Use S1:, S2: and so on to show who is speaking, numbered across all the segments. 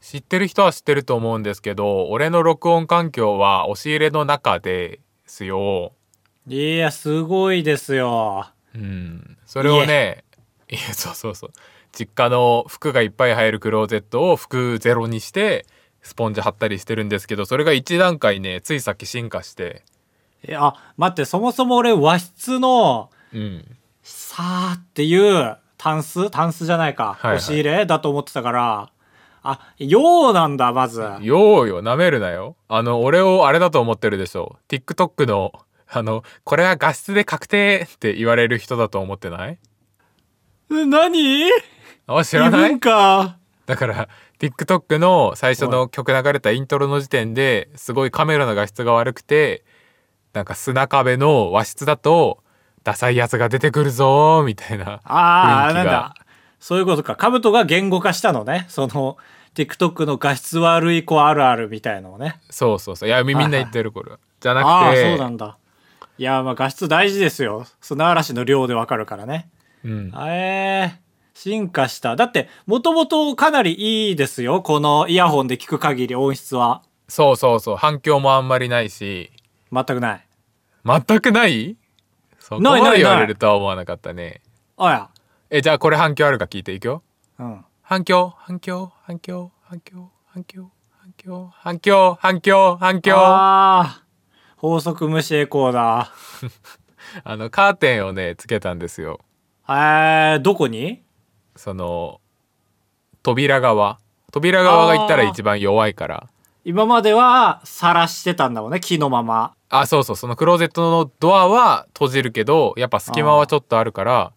S1: 知ってる人は知ってると思うんですけど俺の録音環境は押し入れの中ですよ。
S2: いや、すごいですよ。
S1: うん、それをねいやそうそうそう実家の服がいっぱい入るクローゼットを服ゼロにしてスポンジ貼ったりしてるんですけどそれが一段階ねついさっき進化して、
S2: え、あ、待って、そもそも俺和室の、
S1: うん、
S2: さーっていう、タンスタンスじゃないか。
S1: いはい
S2: 押し入れだと思ってたから。あ、ようなんだ、まず。
S1: ようよなめるなよあの俺をあれだと思ってるでしょ TikTok のあのこれは画質で確定って言われる人だと思ってない
S2: え何
S1: あ知らない
S2: いるんか。
S1: だから TikTok の最初の曲流れたイントロの時点ですごいカメラの画質が悪くてなんか砂壁の和室だとダサいやつが出てくるぞーみたいな雰
S2: あ
S1: 囲
S2: あ、
S1: 気
S2: な
S1: が
S2: んだ。そういうことか。カブトが言語化したのね。その、TikTok の画質悪い子あるあるみたいなのね。
S1: そうそうそういやみみんな言ってるこれはじゃな
S2: ああ
S1: く
S2: ー、
S1: て
S2: そうなんだ。いや、まあ画質大事ですよ。砂嵐の量でわかるからね。
S1: うん
S2: ええ進化した。だって、もともとかなりいいですよ。このイヤホンで聞く限り音質は。
S1: そうそうそう反響もあんまりないし
S2: 全くない。
S1: 全くないそこ
S2: な
S1: ま
S2: いないな
S1: で
S2: い
S1: 言われるとは思わなかったね
S2: あや。
S1: えじゃあこれ反響あるか聞いていくよ
S2: うん。
S1: 反響反響反響反響反響反響反響反響反響
S2: ああ、法則無視エコーだ。
S1: あのカーテンをねつけたんですよ
S2: ええどこに
S1: その扉側扉側が言ったら
S2: あー
S1: 一番弱いから
S2: 今までは、晒してたんだもんね。木のまま。
S1: あそうそうそのクローゼットのドアは閉じるけどやっぱ隙間はちょっとあるから
S2: は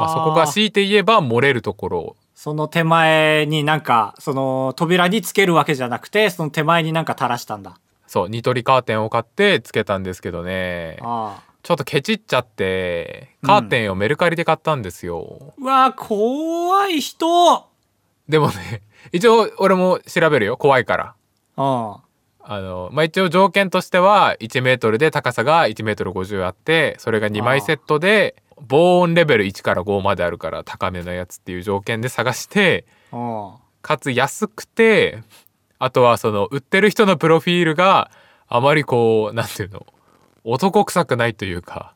S1: まあ、そこが強いて言えば漏れるところ
S2: その手前になんか、その扉につけるわけじゃなくて、その手前になんか垂らしたんだ。
S1: そうニトリカーテンを買ってつけたんですけどね
S2: ああ。
S1: ちょっとケチっちゃってカーテンをメルカリで買ったんですよ、
S2: うわー、怖い人
S1: でもね一応俺も調べるよ怖いから
S2: うん。
S1: あの、まあ、一応条件としては1メートルで高さが1メートル50あって、それが2枚セットで、防音レベル1から5まであるから高めのやつっていう条件で探して、
S2: うん。。
S1: かつ安くて、あとはその売ってる人のプロフィールがあまりこう、なんていうの、男臭くないというか、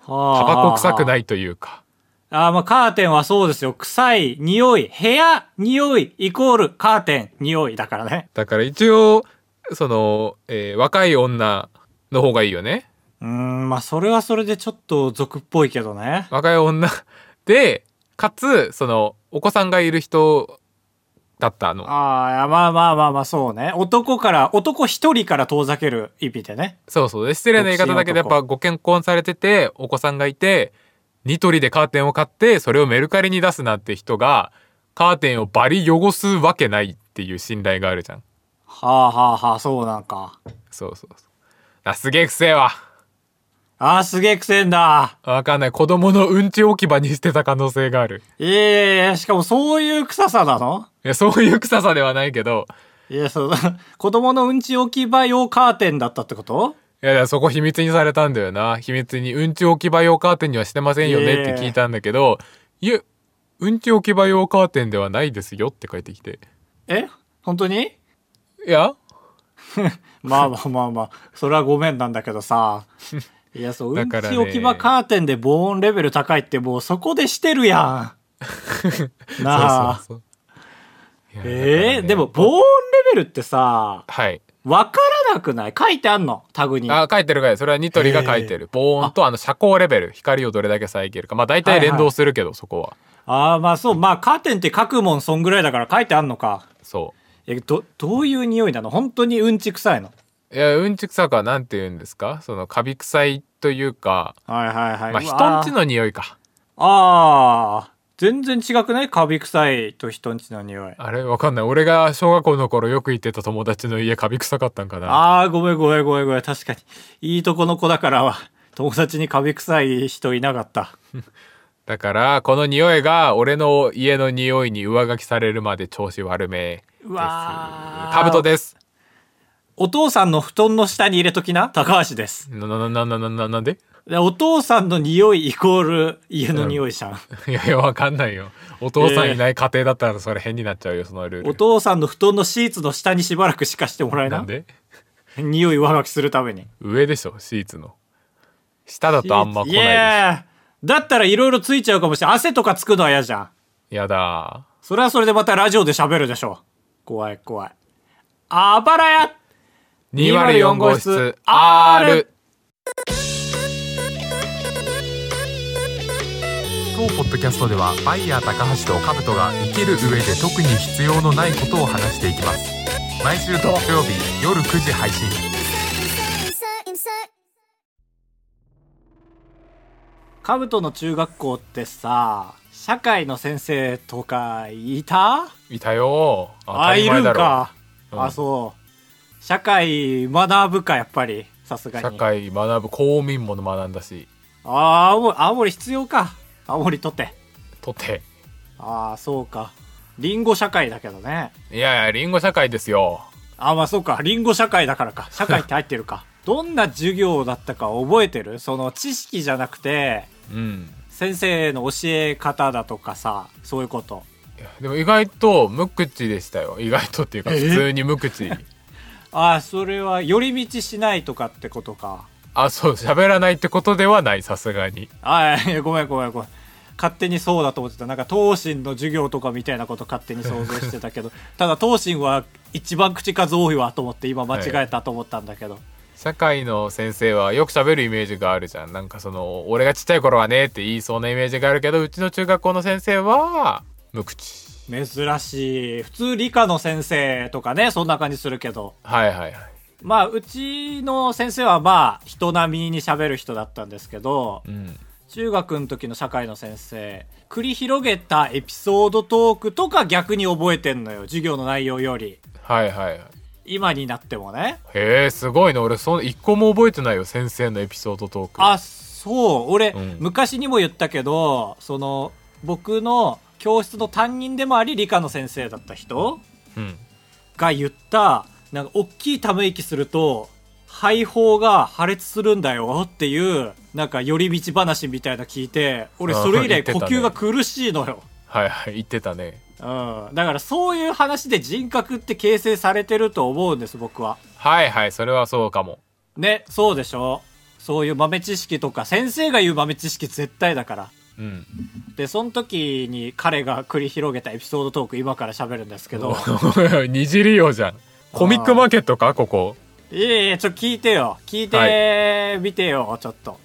S1: タバコ臭くないいというか、
S2: あーまあカーテンはそうですよ。臭い、匂い、部屋、匂い、イコール、カーテン、匂いだからね。
S1: だから一応、その、えー若い女の方がいいよね。
S2: うーん、まあそれはそれでちょっと俗っぽいけどね。
S1: 若い女でかつそのお子さんがいる人だったの
S2: ああ、まあまあまあまあ、そうね。男から、男一人から遠ざける意味でね。
S1: そうそうで失礼な言い方だけどやっ
S2: 独身
S1: ぱ
S2: 男
S1: ご結婚されててお子さんがいてニトリでカーテンを買ってそれをメルカリに出すなんて人がカーテンをバリ汚すわけないっていう信頼があるじゃん
S2: はあはあはあ、そうなんか。
S1: そうそうそうあすげえくせえわ
S2: ああ、すげえ癖んだ。
S1: わかんない子供のうんち置き場にしてた可能性がある
S2: いえいえいえ、しかもそういう臭さなの
S1: いやそういう臭さではないけど
S2: いや、そう、 子供のうんち置き場用カーテンだったってこと
S1: いやいや、そこ秘密にされたんだよな。秘密に、うんち置き場用カーテンにはしてませんよねって聞いたんだけど、いえ、うんち置き場用カーテンではないですよって返ってきて。
S2: え本当に
S1: いや、
S2: まあまあまあまあ、それはごめんなんだけどさ。いや、そう、
S1: だ
S2: うん
S1: からね
S2: ち置き場カーテンで防音レベル高いってもうそこでしてるや ん。なあ。
S1: そうそうそう。いやだから
S2: え
S1: ね
S2: えでも防音レベルってさ、
S1: はい。
S2: わからなくない書いてあんのタグに。
S1: あ、書いてる書いてる。それはニトリが書いてる。防音とあの遮光レベル。光をどれだけ遮るか。まあ大体連動するけど、そこは。
S2: ああ、まあそう、まあカーテンって書くもんそんぐらいだから書いてあんのか。
S1: そ
S2: え、ど、どういう匂いなの本当にうんち臭いの。
S1: う。いや、うんち臭くはなんて言うんですかその、カビ臭いというか、
S2: はいはいはい。
S1: まあ
S2: うわ
S1: 人
S2: ー
S1: んちの匂いか。
S2: ああ、全然違くないカビ臭いと人んちの匂い。
S1: あれわかんない。俺が小学校の頃よく行ってた友達の家カビ臭かったんかな。
S2: ああ、ごめんごめんごめんごめん。確かに。いいとこの子だからは、友達にカビ臭い人いなかった。
S1: だから、この匂いが俺の家の匂いに上書きされるまで調子悪めです。
S2: うわー
S1: カブトです。
S2: お父さんの布団の下に入れときな高橋です。
S1: な、な、な、な、な、な、なんで
S2: でお父さんの匂いイコール家の匂いじゃん、
S1: いやいやわかんないよお父さんいない家庭だったらそれ変になっちゃうよそのルール
S2: お父さんの布団のシーツの下にしばらくしかしてもらえな
S1: ないんで
S2: 匂い上書きするために
S1: 上でしょシーツの下だとあんま来ない
S2: い
S1: で
S2: やだったらいろいろついちゃうかもしれない汗とかつくのは嫌じゃん
S1: すやだ
S2: それはそれでまたラジオで喋るでしょ怖い怖いあばらや
S1: 204号室
S2: R
S1: R 当ポッドキャストではバイヤー高橋とカブトが生きる上で特に必要のないことを話していきます毎週土曜日夜9時配信
S3: insert, insert.
S2: カブトの中学校ってさ社会の先生とかいた
S1: いたよ
S2: あいるんか、
S1: うん
S2: あそう社会学ぶかやっぱりさすがに
S1: 社会学ぶ公民も学んだし
S2: ああ青森青森必要か青森とって
S1: とて
S2: ああそうかリンゴ社会だけどね
S1: いやいやリンゴ社会ですよ
S2: あまあそうかリンゴ社会だからか社会って入って るかどんな授業だったか覚えてるその知識じゃなくて
S1: うん
S2: 先生の教え方だとかさそういうこと
S1: でも意外と無口でしたよ意外とっていうか
S2: え
S1: 普通に無口
S2: ああそれは寄り道しないとかってことか
S1: あそう喋らないってことではないさすがに
S2: ああいやごめんごめんごめん勝手にそうだと思ってたなんか東進の授業とかみたいなこと勝手に想像してたけどただ東進は一番口数多いわと思って今間違えたと思ったんだけど、
S1: 社会の先生はよく喋るイメージがあるじゃんなんかその俺がちっちゃい頃はねって言いそうなイメージがあるけどうちの中学校の先生は無口
S2: 珍しい普通理科の先生とかねそんな感じするけど
S1: はいはいはい
S2: まあうちの先生はまあ人並みに喋る人だったんですけど
S1: うん
S2: 中学の時の社会の先生繰り広げたエピソードトークとか逆に覚えてんのよ授業の内容より
S1: はいはいはい
S2: 今になってもね
S1: へえすごいね俺その一個も覚えてないよ先生のエピソードトーク
S2: あそう俺、
S1: うん
S2: 昔にも言ったけどその僕の教室の担任でもあり理科の先生だった人
S1: うん
S2: が言ったなんか大きいため息すると肺胞が破裂するんだよっていうなんか寄り道話みたいな聞いて俺
S1: あー
S2: それ以
S1: 言っ
S2: 来
S1: て
S2: 呼
S1: たね
S2: 吸が苦しいのよ、
S1: はいはい言ってたね
S2: うん、だからそういう話で人格って形成されてると思うんです僕は
S1: はいはいそれはそうかも
S2: ねそうでしょそういう豆知識とか先生が言う豆知識絶対だから
S1: うん
S2: でその時に彼が繰り広げたエピソードトーク今から喋るんですけど
S1: にじりようじゃんコミックマーケットかここ
S2: いやいやちょっと聞いてよ聞いてみてよちょっと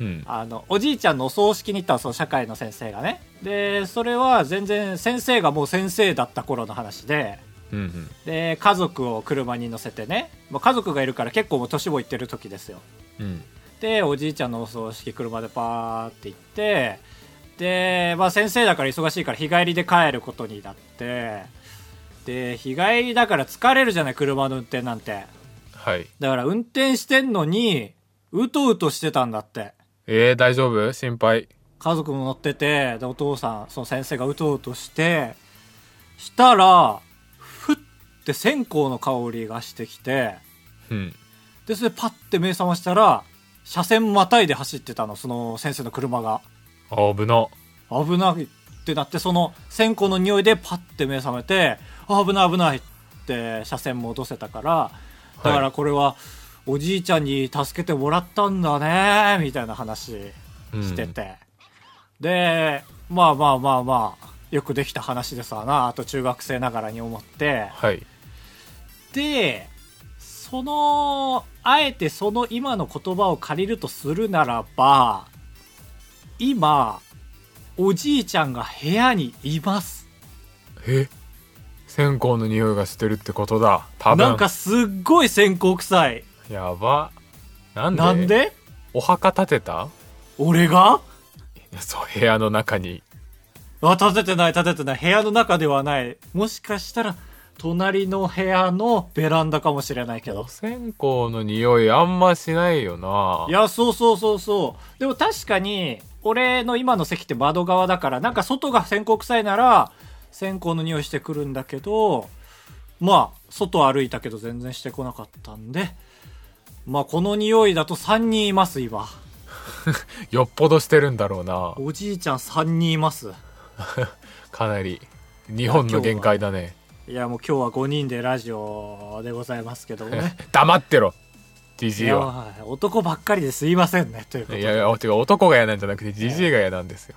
S1: うん
S2: あのおじいちゃんのお葬式に行ったのその社会の先生がねでそれは全然先生がもう先生だった頃の話で
S1: うんうん
S2: で家族を車に乗せてね、まあ、家族がいるから結構もう年もいってる時ですよ
S1: うん
S2: でおじいちゃんのお葬式車でパーって行ってで、まあ、先生だから忙しいから日帰りで帰ることになってで日帰りだから疲れるじゃない車の運転なんて
S1: はい
S2: だから運転してんのにうとうとしてたんだって
S1: えー、大丈夫心配
S2: 家族も乗っててでお父さんその先生がうとうとしてしたらふって線香の香りがしてきて
S1: うん
S2: でそれでパッて目覚ましたら車線またいで走ってたのその先生の車が
S1: あ危な
S2: 危ないってなってその線香の匂いでパッて目覚めてあ危ない危ないって車線戻せたからだからこれはおじいちゃんに助けてもらったんだねみたいな話
S1: うん
S2: してて、でまあまあまあまあよくできた話ですわなあと中学生ながらに思って
S1: はい
S2: でそのあえてその今の言葉を借りるとするならば今おじいちゃんが部屋にいます
S1: え線香の匂いがしてるってことだ多分
S2: なんかすっごい線香臭い
S1: やばなんで
S2: なんで
S1: お墓建てた
S2: 俺が
S1: いやそう部屋の中に
S2: あ立ててない立ててない部屋の中ではないもしかしたら隣の部屋のベランダかもしれないけど
S1: 線香の匂いあんましないよない
S2: やそうそうそうそうでも確かに俺の今の席って窓側だからなんか外が線香臭いなら線香の匂いしてくるんだけどまあ外歩いたけど全然してこなかったんでまあこの匂いだと3人います今
S1: よっぽどしてるんだろうな
S2: おじいちゃん3人います
S1: かなり日本の限界だね
S2: いやもう今日は5人でラジオでございますけども ね
S1: 黙ってろ
S2: い
S1: GG
S2: や
S1: は
S2: はい男ばっかりですいませんねというこ
S1: い
S2: と
S1: や
S2: で
S1: いや違う男が嫌なんじゃなくて GG が嫌なんですよ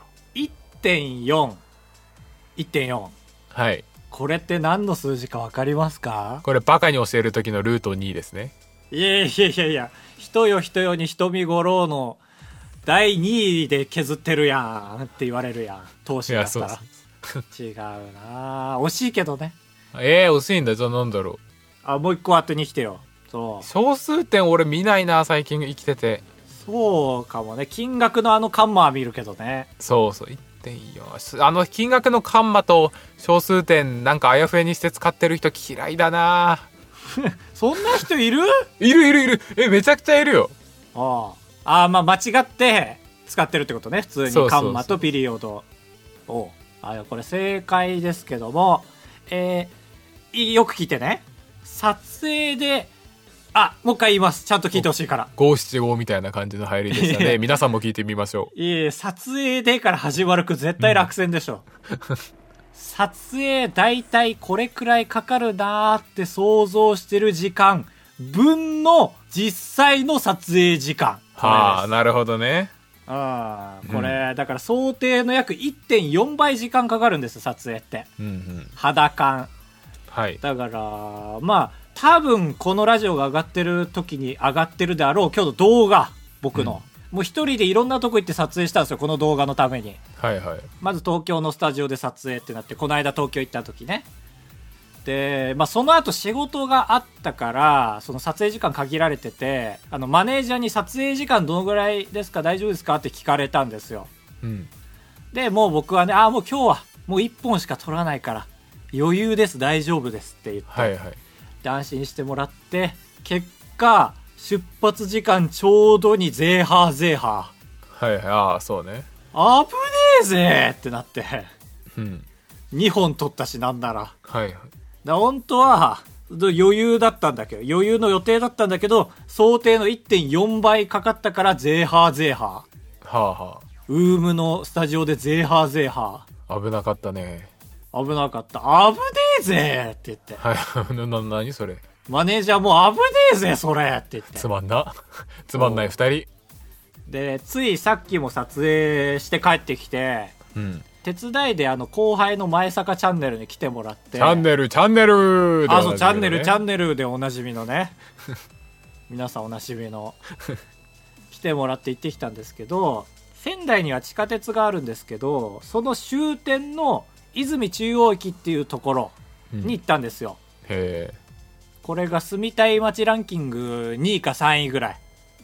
S2: 1.41.4
S1: はい
S2: これって何の数字か分かりますか
S1: これバカに教える時のルート2ですね
S2: いやいやいやいや人よ人よに瞳五郎の第2位で削ってるやんって言われるやん投資
S1: い
S2: だ
S1: や
S2: っ
S1: そ
S2: た
S1: う
S2: ら違うな惜しいけどね
S1: えー、惜しいんだじゃあなんだろ
S2: あもう一個後に来てよそう
S1: う小数点俺見ないな最近生きてて
S2: そうかもね金額のあのカンマは見るけどね
S1: そうそう1.4すあの金額のカンマと小数点なんかあやふやにして使ってる人嫌いだな
S2: そんな人いる
S1: いるいるいるえめちゃくちゃいるよ
S2: あああーまあ間違って使ってるってことね普通
S1: そうそうそう
S2: にカンマとピリオドおうあいやこれ正解ですけどもえーいよく聞いてね撮影であもう一回言いますちゃんと聞いてほしいから
S1: 五七五みたいな感じの入りでしたね皆さんも聞いてみまし ょう
S2: いえいえ撮影でから始まるく絶対落選でし ょ、撮影大体これくらいかかるなーって想像してる時間分の実際の撮影時間
S1: はあ
S2: こ
S1: なるほどね
S2: れですうんこれだから想定の約1.4倍時間かかるんです撮影って
S1: うんうん
S2: 肌感
S1: はい
S2: だからまあ多分このラジオが上がってる時に上がってるであろう今日の動画僕の、もう一人でいろんなとこ行って撮影したんですよこの動画のために
S1: はいはい
S2: まず東京のスタジオで撮影ってなってこの間東京行った時ねで、まあ、その後仕事があったからその撮影時間限られててあのマネージャーに撮影時間どのぐらいですか大丈夫ですかって聞かれたんですよ
S1: うん
S2: でもう僕はねああもう今日はもう1本しか撮らないから余裕です大丈夫ですって言って、
S1: はいはい
S2: で安心してもらって結果出発時間ちょうどにゼーハーゼーハ
S1: はいはいああそうね
S2: ー危ねえぜってなって
S1: うん
S2: 2本撮ったしなんなら
S1: はいはい
S2: だ本当はど余裕だったんだけど余裕の予定だったんだけど想定の1.4倍かかったからゼーハーゼーハー
S1: はあは
S2: ウームのスタジオでゼーハーゼーハ
S1: あ危なかったね
S2: ー危なかった危ねえぜって言って
S1: はい なな何それ
S2: マネージャーも危ねえぜそれって言って
S1: つまんな つまんない二人
S2: でついさっきも撮影して帰ってきて
S1: うん
S2: 手伝いであの後輩の前坂チャンネルに来てもらって
S1: チャンネルチャンネル
S2: あそうチャンネルチャ
S1: ン
S2: ンネルでおなじみのね 皆さんおなじみの来てもらって行ってきたんですけど仙台には地下鉄があるんですけどその終点の泉中央駅っていうところに行ったんですよ、
S1: へ
S2: これが住みたい街ランキング2位か3位ぐらい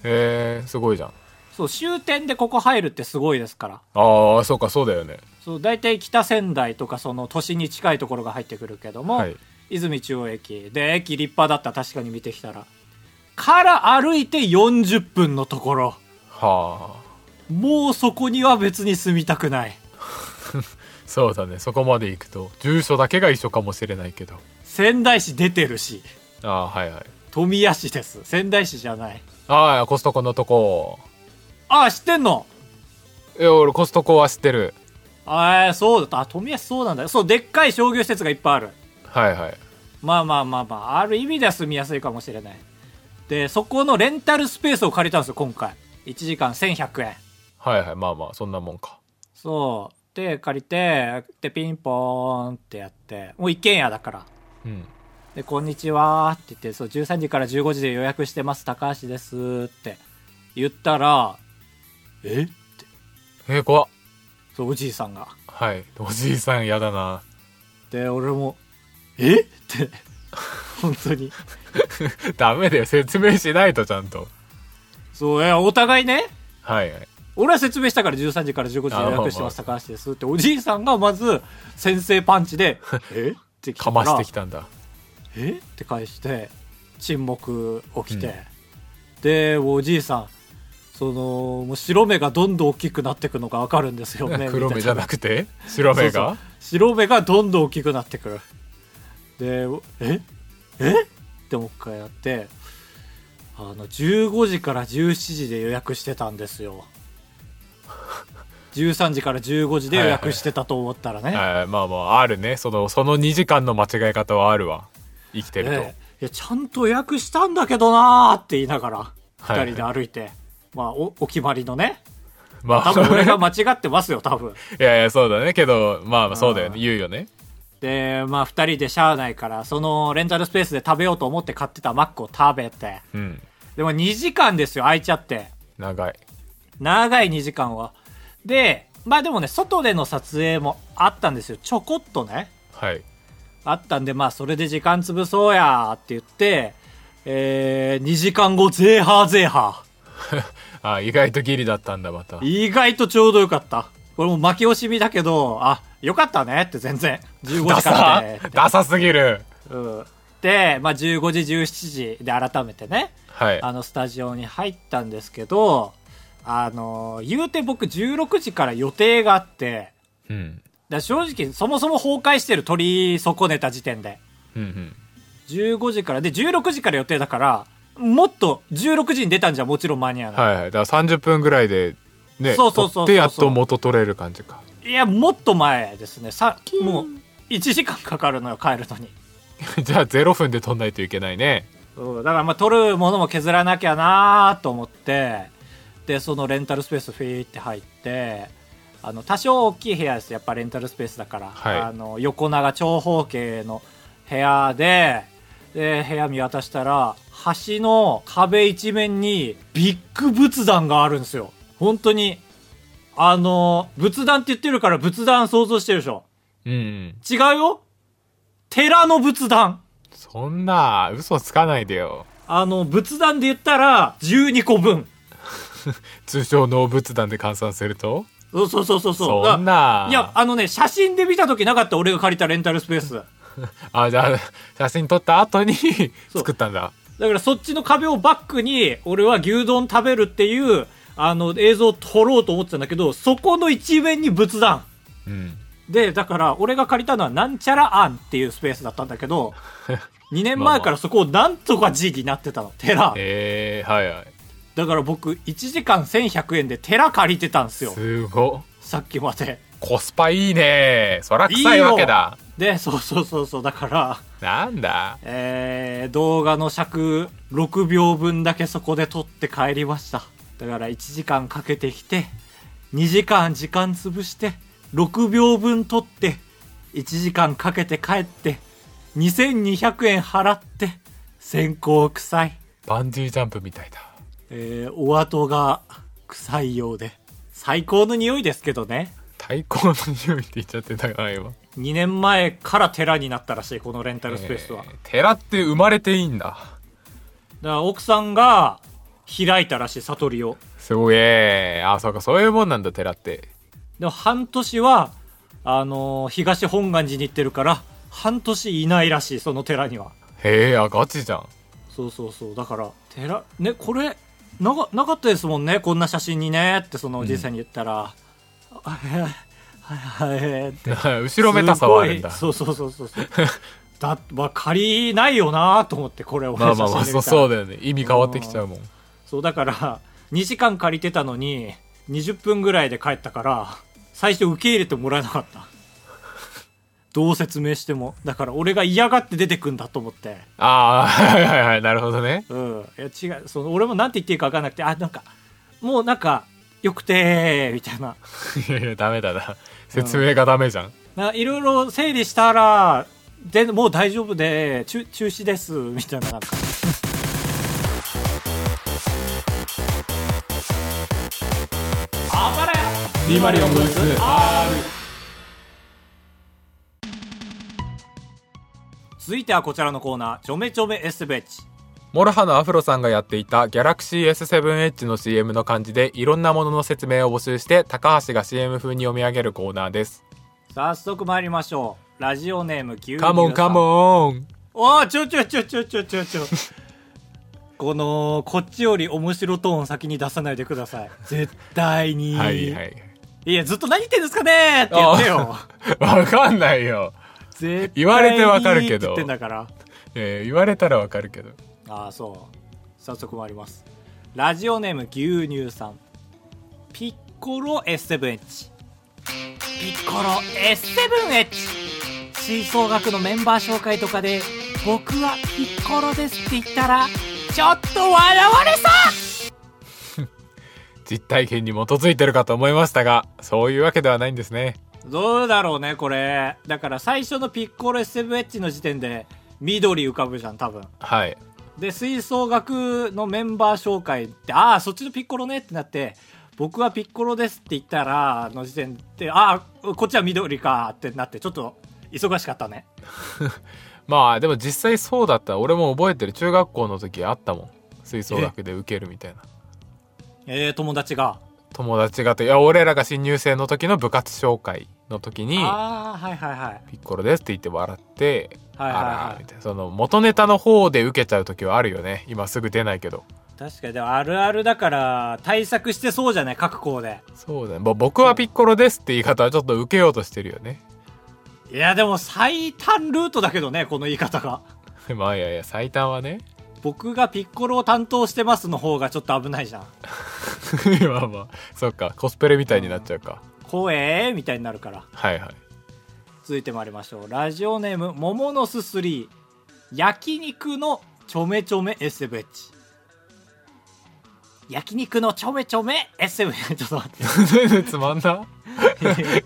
S1: えへえすごいじゃん
S2: そう終点でここ入るってすごいですから
S1: ああそうかそうだよね
S2: そう大体北仙台とかその都心に近いところが入ってくるけども、
S1: はい
S2: 泉中央駅で駅立派だった確かに見てきたらから歩いて40分のところ
S1: はあ
S2: もうそこには別に住みたくない
S1: そうだねそこまで行くと住所だけが一緒かもしれないけど
S2: 仙台市出てるし
S1: ああはいはい
S2: 富谷市です仙台市じゃない
S1: ああコストコのとこ
S2: ああ知ってんの
S1: いや俺コストコは知ってる
S2: ああそうだったあ富谷市そうなんだよそうでっかい商業施設がいっぱいある
S1: はいはい
S2: まあまあまあまあある意味では住みやすいかもしれないでそこのレンタルスペースを借りたんですよ今回1時間1100円
S1: はいはいまあまあそんなもんか
S2: そう。で、借りて、で、ピンポーンってやって、もう一軒家だから。
S1: うん
S2: で、こんにちはって言って、そう、13時から15時で予約してます、高橋ですって言ったら、えって、
S1: えー、怖っ
S2: そう、おじいさんが。
S1: はいおじいさんやだな
S2: で、俺も、えって、本当に。
S1: ダメだよ説明しないとちゃんと
S2: そう、え、お互いね、
S1: はいはい
S2: 俺は説明したから13時から15時で予約してます、
S1: あ
S2: 高橋ですって、おじいさんがまず、先制パン チで、えって来
S1: から
S2: た
S1: ましてきたんだ
S2: えって返して沈黙起きて、でおじいさんそのもう白目がどんどん大きくなってくのが分かるんですよね
S1: 黒目じゃな
S2: く
S1: くて白目が
S2: 白目がどんどん大きくなってくるでええってもう一回やってあの15時から17時で予約してたんですよ 13時から15時で予約してたと思ったらね、
S1: はいまあまああるねそのその2時間の間違い方はあるわ生きてると、
S2: ええいやちゃんと予約したんだけどなーって言いながら
S1: はい
S2: 2人で歩いて、まあおお決まりのね
S1: まあ
S2: 多分俺が間違ってますよ多分
S1: いやいやそうだねけどまあまあそうだよね言うよね
S2: でまあ2人でしゃあないからそのレンタルスペースで食べようと思って買ってたマックを食べて
S1: うん
S2: でも2時間ですよ空いちゃって
S1: 長い
S2: 長い2時間はでまあでもね外での撮影もあったんですよちょこっとね
S1: はい
S2: あったんでまあそれで時間潰そうやーって言ってえー、2時間後ゼーハーゼーハー
S1: あ意外とギリだったんだまた
S2: 意外とちょうどよかったこれも負け惜しみだけどあよかったねって全然15
S1: ダ
S2: 時か
S1: サ
S2: らで、
S1: ダサすぎる
S2: うん、で、まあ、15時17時で改めてね
S1: はい
S2: あのスタジオに入ったんですけどあの言うて僕16時から予定があって
S1: うん
S2: だから正直そもそも崩壊してる取り損ねた時点で
S1: うんうん
S2: 15時からで16時から予定だからもっと16時に出たんじゃもちろん間に合わない、
S1: はいはいだから30分ぐらいでね
S2: そうそうそ
S1: 取
S2: うそう
S1: ってやっと元取れる感じか
S2: いやもっと前ですねさもう1時間かかるのよ帰るのに、
S1: じゃあ0分で取んないといけないね
S2: うん、だからまあ取るものも削らなきゃなーと思ってでそのレンタルスペースフィーって入ってあの多少大きい部屋ですやっぱレンタルスペースだから、
S1: はい
S2: あの横長長方形の部屋でで部屋見渡したら橋の壁一面にビッグ仏壇があるんですよ本当にあの仏壇って言ってるから仏壇想像してるでしょ
S1: うんうん
S2: 違うよ寺の仏壇
S1: そんな嘘つかないでよ
S2: あの、仏壇で言ったら、12個分。
S1: 通常の仏壇で換算すると
S2: そうそうそうそう。
S1: そん
S2: だか
S1: な
S2: らいや、あのね、写真で見た時なかった、俺が借りたレンタルスペース。だ
S1: あじゃあ写真撮った後に
S2: そう
S1: 作ったんだ
S2: からそっちの壁をバックに、俺は牛丼食べるっていう、あの、映像を撮ろうと思ってたんだけど、そこの一面に仏壇。
S1: うん
S2: で、だから、俺が借りたのは、なんちゃら庵っていうスペースだったんだ けど、2年前からそこをなんとか字になってたの、寺。
S1: えー、はいはい
S2: だから僕、1時間1100円で寺借りてたんですよ。
S1: すごっ
S2: さっきまで。
S1: コスパいいねそら臭いわけだ
S2: で、そうそうそうそう、だから、
S1: なんだ
S2: えー動画の尺6秒分だけそこで撮って帰りましただから1時間かけてきて2時間時間潰して6秒分撮って1時間かけて帰って2200円払って線香臭い、
S1: バンジージャンプみたいだ
S2: えーお後が臭いようで最高の匂いですけどね
S1: 太鼓の匂いって言っちゃってたから今
S2: 2年前から寺になったらしいこのレンタルスペースは、
S1: えー寺って生まれていいんだ
S2: だから奥さんが開いたらしい悟りを
S1: すごいえーあそうかそういうもんなんだ寺って
S2: でも半年はあのー東本願寺に行ってるから半年いないらしいその寺には
S1: へえあガチじゃん
S2: そうそうそうだから寺ねこれなかなかったですもんねこんな写真にねってそのおじいさんに言ったら「あはいはいはい はい」って
S1: 後ろめたさはあるんだ
S2: すごいそうそうそうそうそうだまあ借りないよなと思ってこれを
S1: まあまあまあ
S2: 写真で見た
S1: そう
S2: ら
S1: そうだよね意味変わってきちゃうもん
S2: そうだから2時 間借りてたのに20分ぐらいで帰ったから最初受け入れてもらえなかった どう説明してもだから俺が嫌がって出てくんだと思って
S1: ああはいはいはいなるほどね
S2: うんいや違うその俺もなんて言っていいか分かんなくてあなんかもうなんかよくてみたいない
S1: やいやダメだな説明がダメじゃん、
S2: ないろいろ整理したらでもう大丈夫で中中止ですみたいななんか
S1: リマリオンブース
S2: 続いてはこちらのコーナーちょめちょめエスベッチ
S1: モロハのアフロさんがやっていたギャラクシー S7H の CM の漢字でいろんなものの説明を募集して高橋が CM 風に読み上げるコーナーです
S2: 早速参りましょうラジオネーム牛乳
S1: カモンカモン
S2: おーちょちょちょちょちょち ょちょこのこっちより面白トーン先に出さないでください絶対に
S1: はいはい
S2: いやずっと何言ってんですかねーって言ってよ
S1: わかんないよ、
S2: 絶対に
S1: 言われてわかるけ
S2: って
S1: ど
S2: 言ってんだから
S1: えー言われたらわかるけど
S2: ああそう早速参りますラジオネーム牛乳さんピッコロ S7H ピッコロ S7H 吹奏楽のメンバー紹介とかで僕はピッコロですって言ったらちょっと笑われそう
S1: 実体験に基づいてるかと思いましたがそういうわけではないんですね
S2: どうだろうねこれだから最初のピッコロ S7H の時点で緑浮かぶじゃん多分
S1: はい
S2: で吹奏楽のメンバー紹介ってああそっちのピッコロねってなって僕はピッコロですって言ったらの時点でああこっちは緑かってなってちょっと忙しかったね
S1: まあでも実際そうだった俺も覚えてる中学校の時あったもん吹奏楽で受けるみたいな
S2: えー、友達が
S1: 友達がといや俺らが新入生の時の部活紹介の時に
S2: ああはいはいは
S1: 「
S2: い
S1: ピッコロです」って言って笑って「
S2: はいはいはい
S1: あら」みたいなその元ネタの方で受けちゃう時はあるよね今すぐ出ないけど
S2: 確かにでもあるあるだから対策してそうじゃない各校で
S1: そうだねぼ僕はピッコロですって言い方はちょっと受けようとしてるよね
S2: いやでも最短ルートだけどねこの言い方が
S1: まあいやいや最短はね
S2: 僕がピッコロを担当してますの方がちょっと危ないじゃん
S1: まあまあそっかコスプレみたいになっちゃうか
S2: 怖えーみたいになるから
S1: はいはい
S2: 続いてまいりましょうラジオネーム桃のすすり焼肉のちょめちょめ SFH 焼肉のちょめちょめ SFH ちょっと待って、
S1: 全然 つまん な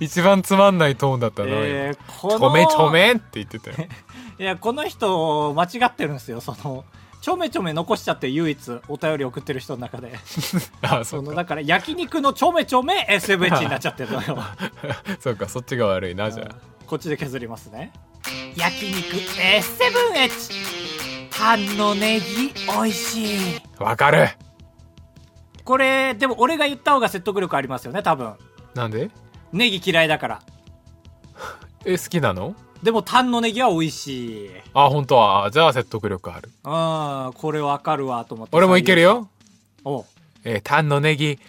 S1: 一番つまんないトーンだったな、
S2: えー
S1: 今
S2: こ
S1: ち
S2: の
S1: ょめちょめって言ってたよ
S2: いやこの人間違ってるんですよそのちょめちょめ残しちゃって唯一お便り送ってる人の中で
S1: あそ
S2: そうの
S1: か
S2: だから焼肉のちょめちょめ SFH になっちゃってるのよ
S1: そうかそっちが悪いなじゃあ
S2: こっちで削りますね焼肉 S7H パンのネギ美味しい
S1: わかる
S2: これでも俺が言った方が説得力ありますよね多分
S1: なんで
S2: ネギ嫌いだから
S1: え好きなの
S2: でもタンのネギは美味しいうん
S1: あ本当はあじゃあ説得力ある
S2: これわかるわと思って
S1: 俺もいけるよ
S2: おう
S1: えー、タンのネギ、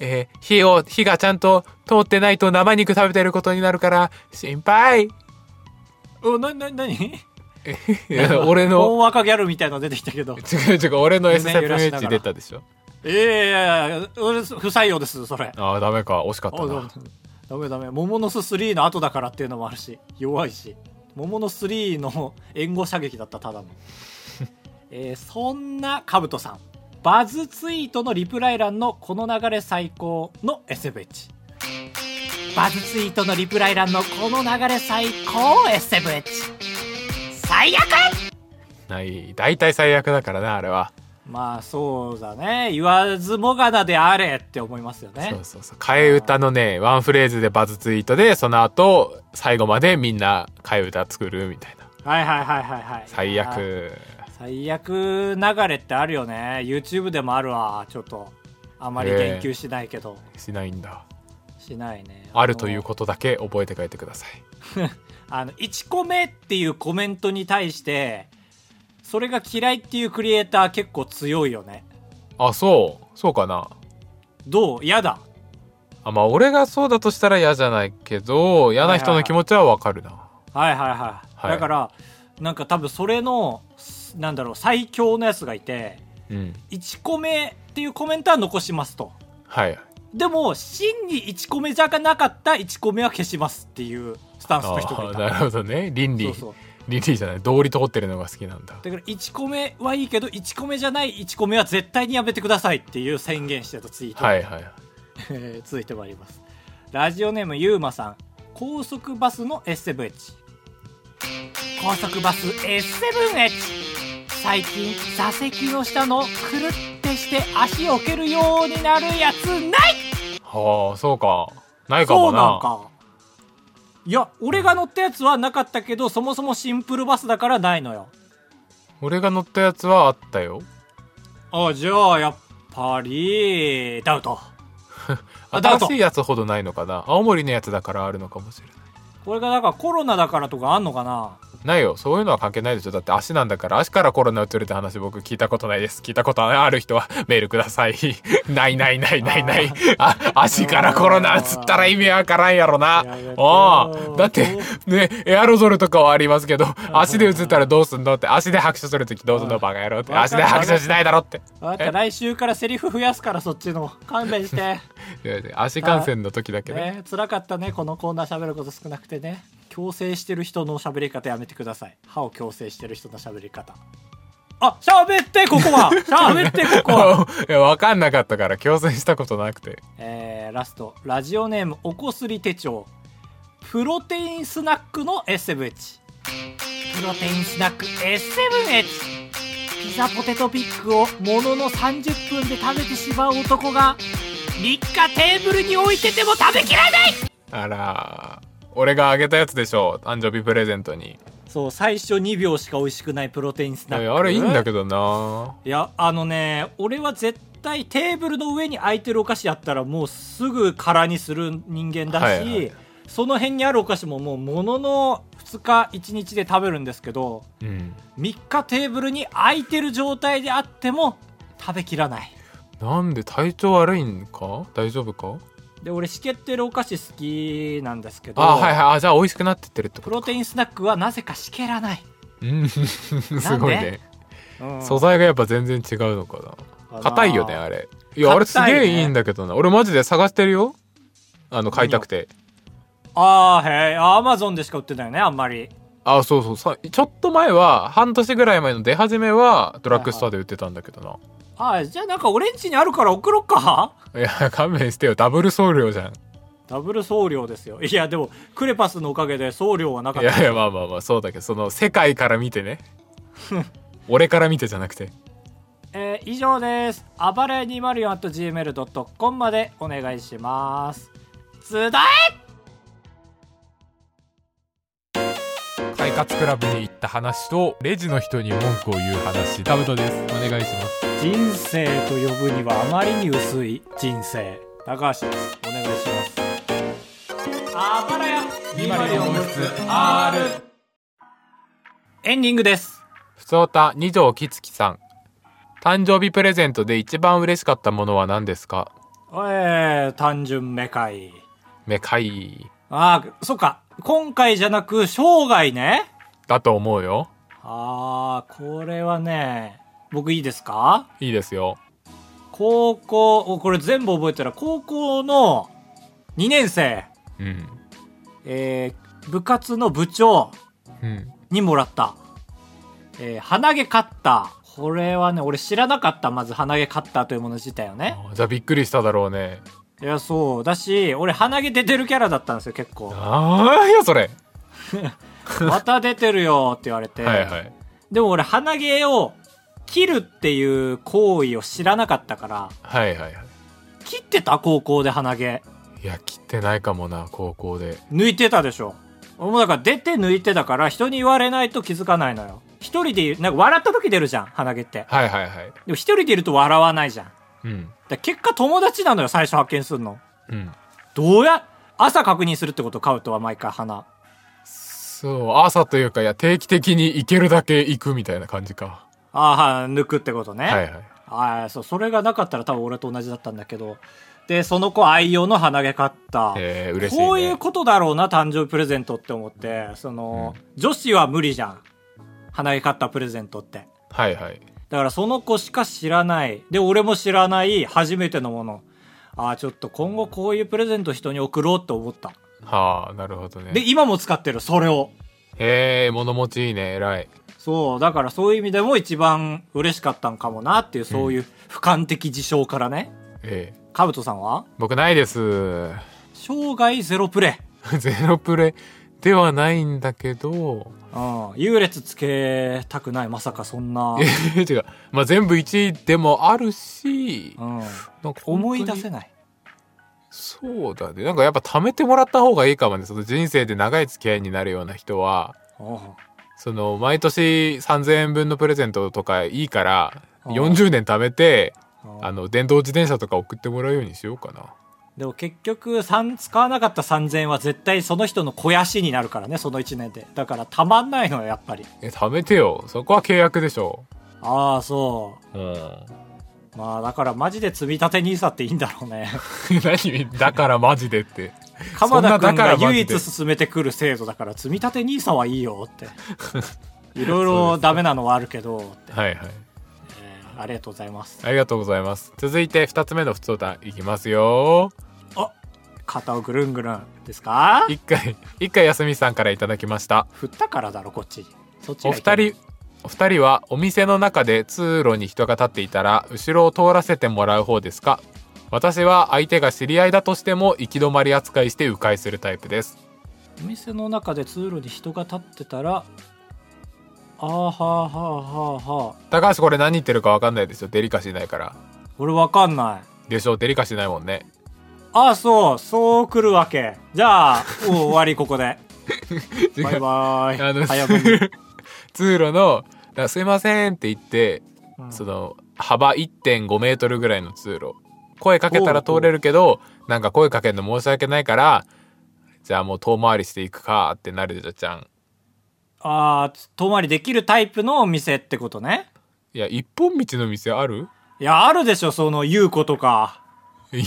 S1: えー火を、火がちゃんと通ってないと生肉食べてることになるから、心 配
S2: おなになになに
S1: いや俺
S2: 大
S1: の、
S2: 若ギャルみたいの出てきたけど
S1: 違う違う、俺の
S2: 夢揺らしなが
S1: S7H
S2: ら
S1: 出たでしょ。
S2: いやいやいや俺不採用ですそれ
S1: ああ、ダメか、惜しかった
S2: おう
S1: な。
S2: ダメダメ桃の巣3の後だからっていうのもあるし弱いし桃の巣3の援護射撃だったた だの、えーそんなカブトさんバズツイートのリプライ欄のこの流れ最高の SFH バズツイートのリプライ欄のこの流れ最高 SFH 最悪
S1: ない、大体最悪だからな、あれは。
S2: まあそうだね言わずもがなであれって思いますよね
S1: そうそうそう。替え歌のね、ワンフレーズでバズツイートで、その後、最後までみんな替え歌作るみたいな。
S2: はいはいはいはいはい
S1: 最悪。
S2: 最悪流れってあるよね YouTube でもあるわちょっとあまり言及しないけど、
S1: しないんだ。
S2: しないね
S1: あるという
S2: と
S1: ことだけ覚えて帰ってください。
S2: あの1個目っていうコメントに対してそれが嫌いっていうクリエイター結構強いよね
S1: あ、そう。そうかな。
S2: どう嫌だ
S1: あまあ俺がそうだとしたら嫌じゃないけど嫌な人の気持ちはわかるな、
S2: はいはいはい、
S1: はい
S2: だからなんか多分それのすなんだろう最強のやつがいて
S1: うん
S2: 1個目っていうコメントは残しますと
S1: はい
S2: でも真に1個目じゃなかった1個目は消しますっていうスタンスの人がい
S1: あー
S2: た
S1: なるほどね倫理
S2: そうそう
S1: 倫理じゃない道理通ってるのが好きなんだ
S2: だから1個目はいいけど1個目じゃない1個目は絶対にやめてくださいっていう宣言してたツイート、
S1: はいはい
S2: えー続いてまいりますラジオネームゆうまさん高速バスの S7H 高速バス S7H 最近座席の下のくるってして足を置けるようになるやつない
S1: はあそうかないか
S2: そ
S1: も
S2: うなん
S1: な
S2: かいや俺が乗ったやつはなかったけどそもそもシンプルバスだからないのよ
S1: 俺が乗ったやつはあったよ
S2: あじゃあやっぱりダウトあダウ
S1: 新
S2: ト
S1: しいやつほどないのかな青森のやつだからあるのかもしれない
S2: これがだからコロナだからとかあんのかな
S1: ないよそういうのは関係ないでしょだって足なんだから足からコロナ移るって話僕聞いたことないです聞いたことある人はメールください ないないないないないあ足からコロナ移ったら意味わからんやろな
S2: やめてよ
S1: ああだってねエアロゾルとかはありますけど足で移ったらどうすんのって足で拍手するときどうすんのバカ野郎って足で拍手しないだろって
S2: あなた来週からセリフ増やすからそっちの勘弁して
S1: いやいや足感染の時だけね
S2: ね辛かったねこのコーナー喋ること少なくてね強制してる人の喋り方やめてください歯を強制してる人の喋り方あ喋ってここは喋ってここは
S1: いや分かんなかったから強制したことなくて
S2: えー、ラストラジオネームおこすり手帳プロテインスナックの S7H プロテインスナック S7H ピザポテトピックをものの30分で食べてしまう男が3日テーブルに置いてても食べきらない
S1: あら俺があげたやつでしょ誕生日プレゼントに
S2: そう最初2秒しか美味しくないプロテインス
S1: い
S2: ナック
S1: やあれいいんだけどない
S2: やあのね俺は絶対テーブルの上に空いてるお菓子やったらもうすぐ空にする人間だし、
S1: はいはい
S2: その辺にあるお菓子ももうものの2日1日で食べるんですけど
S1: うん
S2: 3日テーブルに空いてる状態であっても食べきらない
S1: なんで体調悪いんか大丈夫か
S2: で俺しけってるお菓子好きなんですけど
S1: あはいはいあじゃあ美味しくなってってるって
S2: プ
S1: こ
S2: ロテインスナックはなぜかしけらない、
S1: とうん すごいね
S2: うん
S1: 素材がやっぱ全然違うのか
S2: か
S1: な
S2: な
S1: 硬いよねあれいやあれす
S2: 硬いね
S1: げえいいんだけどな俺マジで探してるよあの買いたくて
S2: ああへえアマゾンでしか売ってないよねあんまり
S1: あそうそうさちょっと前は半年ぐらい前の出始めはドラッグストアで売ってたんだけどな、
S2: ああじゃあなんか俺んちにあるから送ろっか
S1: いや、勘弁してよ。ダブル送料じゃん。
S2: ダブル送料ですよいやでもクレパスのおかげで送料はなかっ
S1: い
S2: た
S1: やいや、まあまあまあ、そうだけど、その、世界から見て ね。俺から見てじゃなくて。
S2: えー以上ですあばれ 204.gmail.com までお願いしますつだい
S1: 快活クラブに行った話と、レジの人に文句を言う話。ダブトです。お願いします。
S2: 人生と呼ぶにはあまりに薄い人生高橋ですお願いしますあばらやエンディングです
S1: ふつおた、二条きつきさん。誕生日プレゼントで一番嬉しかったものは何ですか
S2: えー、単純めかい
S1: めかい。
S2: ああそっか今回じゃなく生涯ね
S1: だと思うよ。
S2: ああこれはね僕いいですか
S1: いいですよ。
S2: 高校おこれ全部覚えたら高校の2年生、
S1: うん。
S2: えー部活の部長
S1: うん。
S2: にもらった、えー鼻毛カッターこれはね俺知らなかったまず鼻毛カッターというもの自体をね
S1: あじゃあびっくりしただろうね。
S2: いやそうだし俺鼻毛出てるキャラだったんですよ結構
S1: ああ、いや、それ。
S2: また出てるよって言われて、
S1: はいはい。
S2: でも俺鼻毛を切るっていう行為を知らなかったから
S1: はいはいはい。
S2: 切ってた高校で鼻毛
S1: いや、切ってないかもな、高校で。
S2: 抜いてたでしょ俺もだから出て抜いてだから人に言われないと気づかないのよ一人でなんか笑った時出るじゃん鼻毛って
S1: はいはいはい。
S2: でも一人でいると笑わないじゃんだか
S1: うん。
S2: ら結果友達なのよ最初発見するの
S1: うん。
S2: どうや朝確認するってことカウトは毎回鼻
S1: そう、朝というか、いや、定期的に行けるだけ行くみたいな感じか。
S2: ああ抜くってことね、
S1: はいはい。
S2: ああそうそれがなかったら多分俺と同じだったんだけどでその子愛用の鼻毛買った、
S1: えー、嬉しい、ね。
S2: こういうことだろうな誕生日プレゼントって思ってその、女子は無理じゃん鼻毛買ったプレゼントって
S1: はいはい。
S2: だからその子しか知らない。で、俺も知らない初めてのもの。ああ、ちょっと今後こういうプレゼント人に送ろうって思った。
S1: はあ、なるほどね。
S2: で、今も使ってる、それを。
S1: えー、物持ちいいね、偉い。
S2: そう、だからそういう意味でも一番嬉しかったんかもなっていう、そういう俯瞰的事象からね。
S1: え
S2: カブトさんは
S1: ー、僕ないです。
S2: 生涯ゼロプレイ。
S1: ゼロプレではないんだけど、
S2: うん。優劣つけたくない、まさかそんな。
S1: えー、違う。まあ、全部1位でもあるし
S2: う、ん。
S1: なんか本当に
S2: 思い出せない。
S1: そうだね。なんかやっぱ貯めてもらった方がいいかもね。その人生で長い付き合いになるような人は、
S2: うん
S1: その毎年3000円分のプレゼントとかいいから
S2: うん
S1: 40年貯めて
S2: うん
S1: あの電動自転車とか送ってもらうようにしようかな
S2: でも結局さん使わなかった3000円は絶対その人の肥やしになるからねその1年でだからたまんないのよやっぱり
S1: え貯めてよそこは契約でしょ
S2: ああそ
S1: うん
S2: うまあだからマジで積み立て NISA っていいんだろ うね
S1: 何だからマジでって
S2: 鎌田
S1: そ
S2: 君
S1: んなだから
S2: が
S1: マジで
S2: 唯一進めてくる制度だから積み立て NISA はいい よっていろいろダメなのはあるけどって、
S1: はいはい
S2: えーありがとうございます
S1: ありがとうございます続いて2つ目の普通歌いきますよ
S2: あ肩をぐるんぐるんですか
S1: 一回一回休みさんからいただきました
S2: 振ったからだろこっちにそっち
S1: お
S2: がいけ
S1: 二
S2: ない
S1: 人お二人はお店の中で通路に人が立っていたら後ろを通らせてもらう方ですか私は相手が知り合いだとしても行き止まり扱いして迂回するタイプです
S2: お店の中で通路に人が立ってたらあーはあはあはあはあ
S1: 高橋これ何言ってるか分かんないでしょデリカシーないから
S2: 俺わかんない
S1: でしょデリカシーないもんね
S2: ああそうそう来るわけじゃあもう終わりこ こでバイバ
S1: あ
S2: ー
S1: の
S2: イ早めに、
S1: 通路の「だすいません」って言って
S2: うん
S1: その幅1.5メートルぐらいの通路声かけたら通れるけどなんか声かけるの申し訳ないからじゃあもう遠回りしていくかってなるじゃん
S2: ああ遠回りできるタイプのお店ってことね
S1: いや一本道の店ある
S2: いやあるでしょその優子とか
S1: ゆ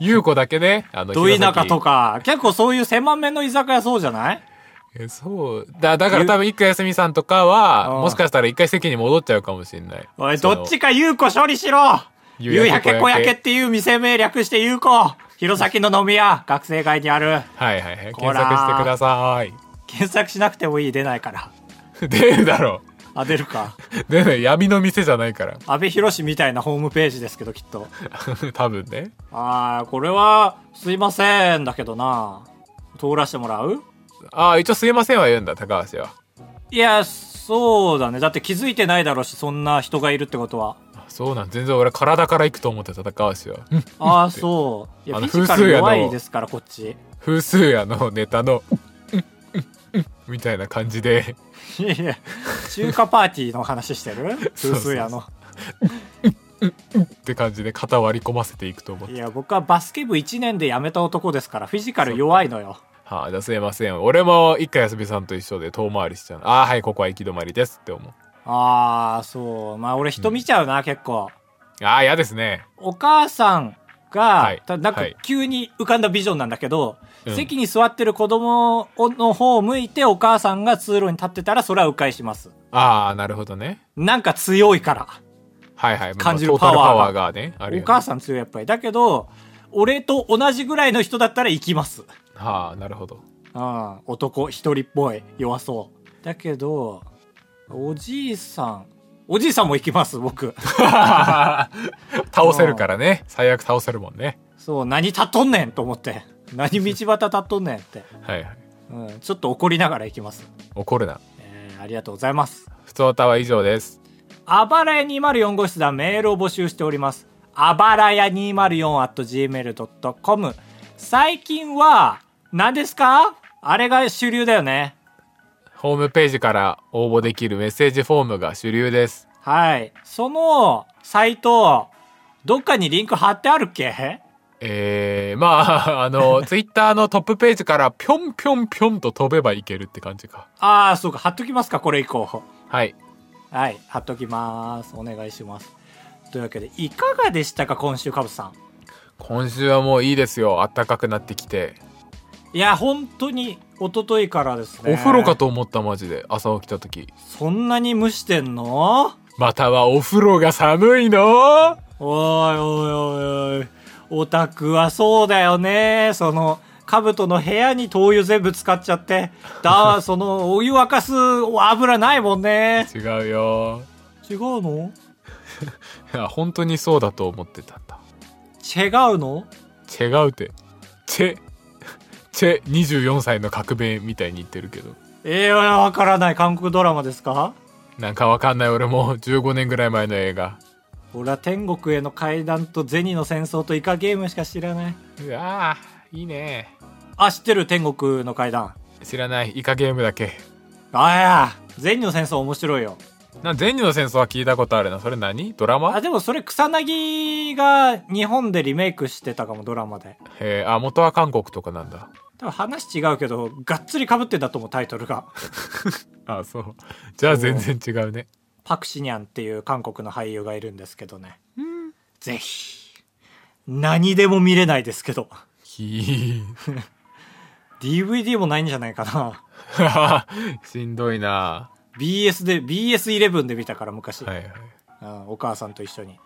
S1: ゆうこだけねあの
S2: ど田舎
S1: 弘前
S2: とか結構そういう狭めの居酒屋そうじゃない
S1: えそうだだから多分一回休みさんとかは
S2: うん
S1: もしかしたら一回席に戻っちゃうかもしれない
S2: おい
S1: その
S2: どっちか優子処理しろ
S1: 夕
S2: 夕
S1: 焼
S2: 焼
S1: け
S2: け小焼けっていう店名略して優子弘前の飲み屋学生街にある
S1: はいはいはい
S2: こら
S1: 検索してくださ
S2: 検索しなくてもいい出ないから
S1: い 出るだろ
S2: あ出るか
S1: 出ない闇の店じゃないから
S2: 阿部寛みたいなホームページですけどきっと
S1: 多分ね
S2: ああこれはすいませんだけどな通らしてもらう
S1: ああ一応すいませんは言うんだ高橋はい
S2: やそうだねだって気づいてないだろうしそんな人がいるってことは
S1: あそうなん全然俺体から行くと思ってた高橋はうん
S2: ああそういや
S1: あ
S2: フ
S1: の
S2: ィジカル弱いですからこっち
S1: 風数やのネタのうんうんうんうんみたいな感じで
S2: いやいや中華パーティーの話してる
S1: そうそうそう
S2: 風数やの
S1: って感じで肩割り込ませていくと思って
S2: いや僕はバスケ部1年で辞めた男ですからフィジカル弱いのよ
S1: はあ、じゃあすいません。俺も一回休みさんと一緒で遠回りしちゃうの。ああ、はい、ここは行き止まりですって思う。
S2: ああそうまあ俺人見ちゃうな、結構
S1: ああ、嫌ですね。
S2: お母さんが、
S1: はい
S2: たなんか
S1: はい
S2: 急に浮かんだビジョンなんだけど、
S1: うん
S2: 席に座ってる子供の方を向いてお母さんが通路に立ってたらそれは迂回します
S1: ああ、なるほどね。
S2: なんか強いから
S1: はいはい。
S2: 感じる
S1: まあトータルパ
S2: パ
S1: ワ
S2: ワ
S1: ー
S2: ー
S1: がね、あるよ
S2: お
S1: ね
S2: 母さん強いやっぱりだけど俺と同じぐらいの人だったら行きます
S1: はあ、なるほど。
S2: うん、男一人っぽい弱そうだけどおじいさんおじいさんも行きます 僕
S1: 倒せるからね。最悪倒せるもんね。
S2: そう何立っとんねんと思って何道端立っとんねん って、
S1: はいはい。
S2: うん、ちょっと怒りながら行きます、
S1: 怒るな。
S2: えーありがとうございます
S1: 普通歌は以上です。
S2: あばらや204号室ではメールを募集しております。あばらや 204.gmail.com。最近は、何ですかあれが主流だよね。
S1: ホームページから応募できるメッセージフォームが主流です。
S2: はい。その、サイト、どっかにリンク貼ってあるっけ
S1: えー、まあ、 あの、ツイッターのトップページからぴょんぴょんぴょんと飛べばいけるって感じか。
S2: ああ、そうか。貼っときますか、これ以降。
S1: はい。
S2: はい。貼っときます。お願いします。というわけで、いかがでしたか、今週、カブさん。
S1: 今週はもういいですよ暖かくなってきて、
S2: いや、本当に、一昨日からですね。
S1: お風呂かと思ったマジで朝起きた時
S2: そんなに蒸してんの
S1: またはお風呂が寒いの
S2: おいおいおいおいオタクはそうだよねその兜の部屋に灯油全部使っちゃってだそのお湯沸かす油ないもんね
S1: 違うよ
S2: 違うの
S1: いや本当にそうだと思ってたんだ
S2: 違うの
S1: 違うてチェチェ24歳の革命みたいに言ってるけど
S2: ええわからない韓国ドラマですか
S1: なんかわかんない俺も15年ぐらい前の映画
S2: 俺は天国への階段と銭の戦争とイカゲームしか知らないう
S1: わーいいね
S2: あ知ってる天国の階段
S1: 知らないイカゲームだけ
S2: ああ銭の戦争面白いよ
S1: な善女の戦争は聞いたことあるなそれ何ドラマ
S2: あ、でもそれ草薙が日本でリメイクしてたかも、ドラマで。
S1: えー、あ元は韓国とかなんだ
S2: 多分話違うけど、がっつり被ってんだと思う、タイトルが。
S1: あそうじゃあ全然違うね
S2: パク・シニャンっていう韓国の俳優がいるんですけどね。ぜひ。何でも見れないですけど。
S1: ひー
S2: DVD もないんじゃないかな。
S1: しんどいな
S2: BS で、BS11 で見たから昔、
S1: はいはい
S2: うんお母さんと一緒に。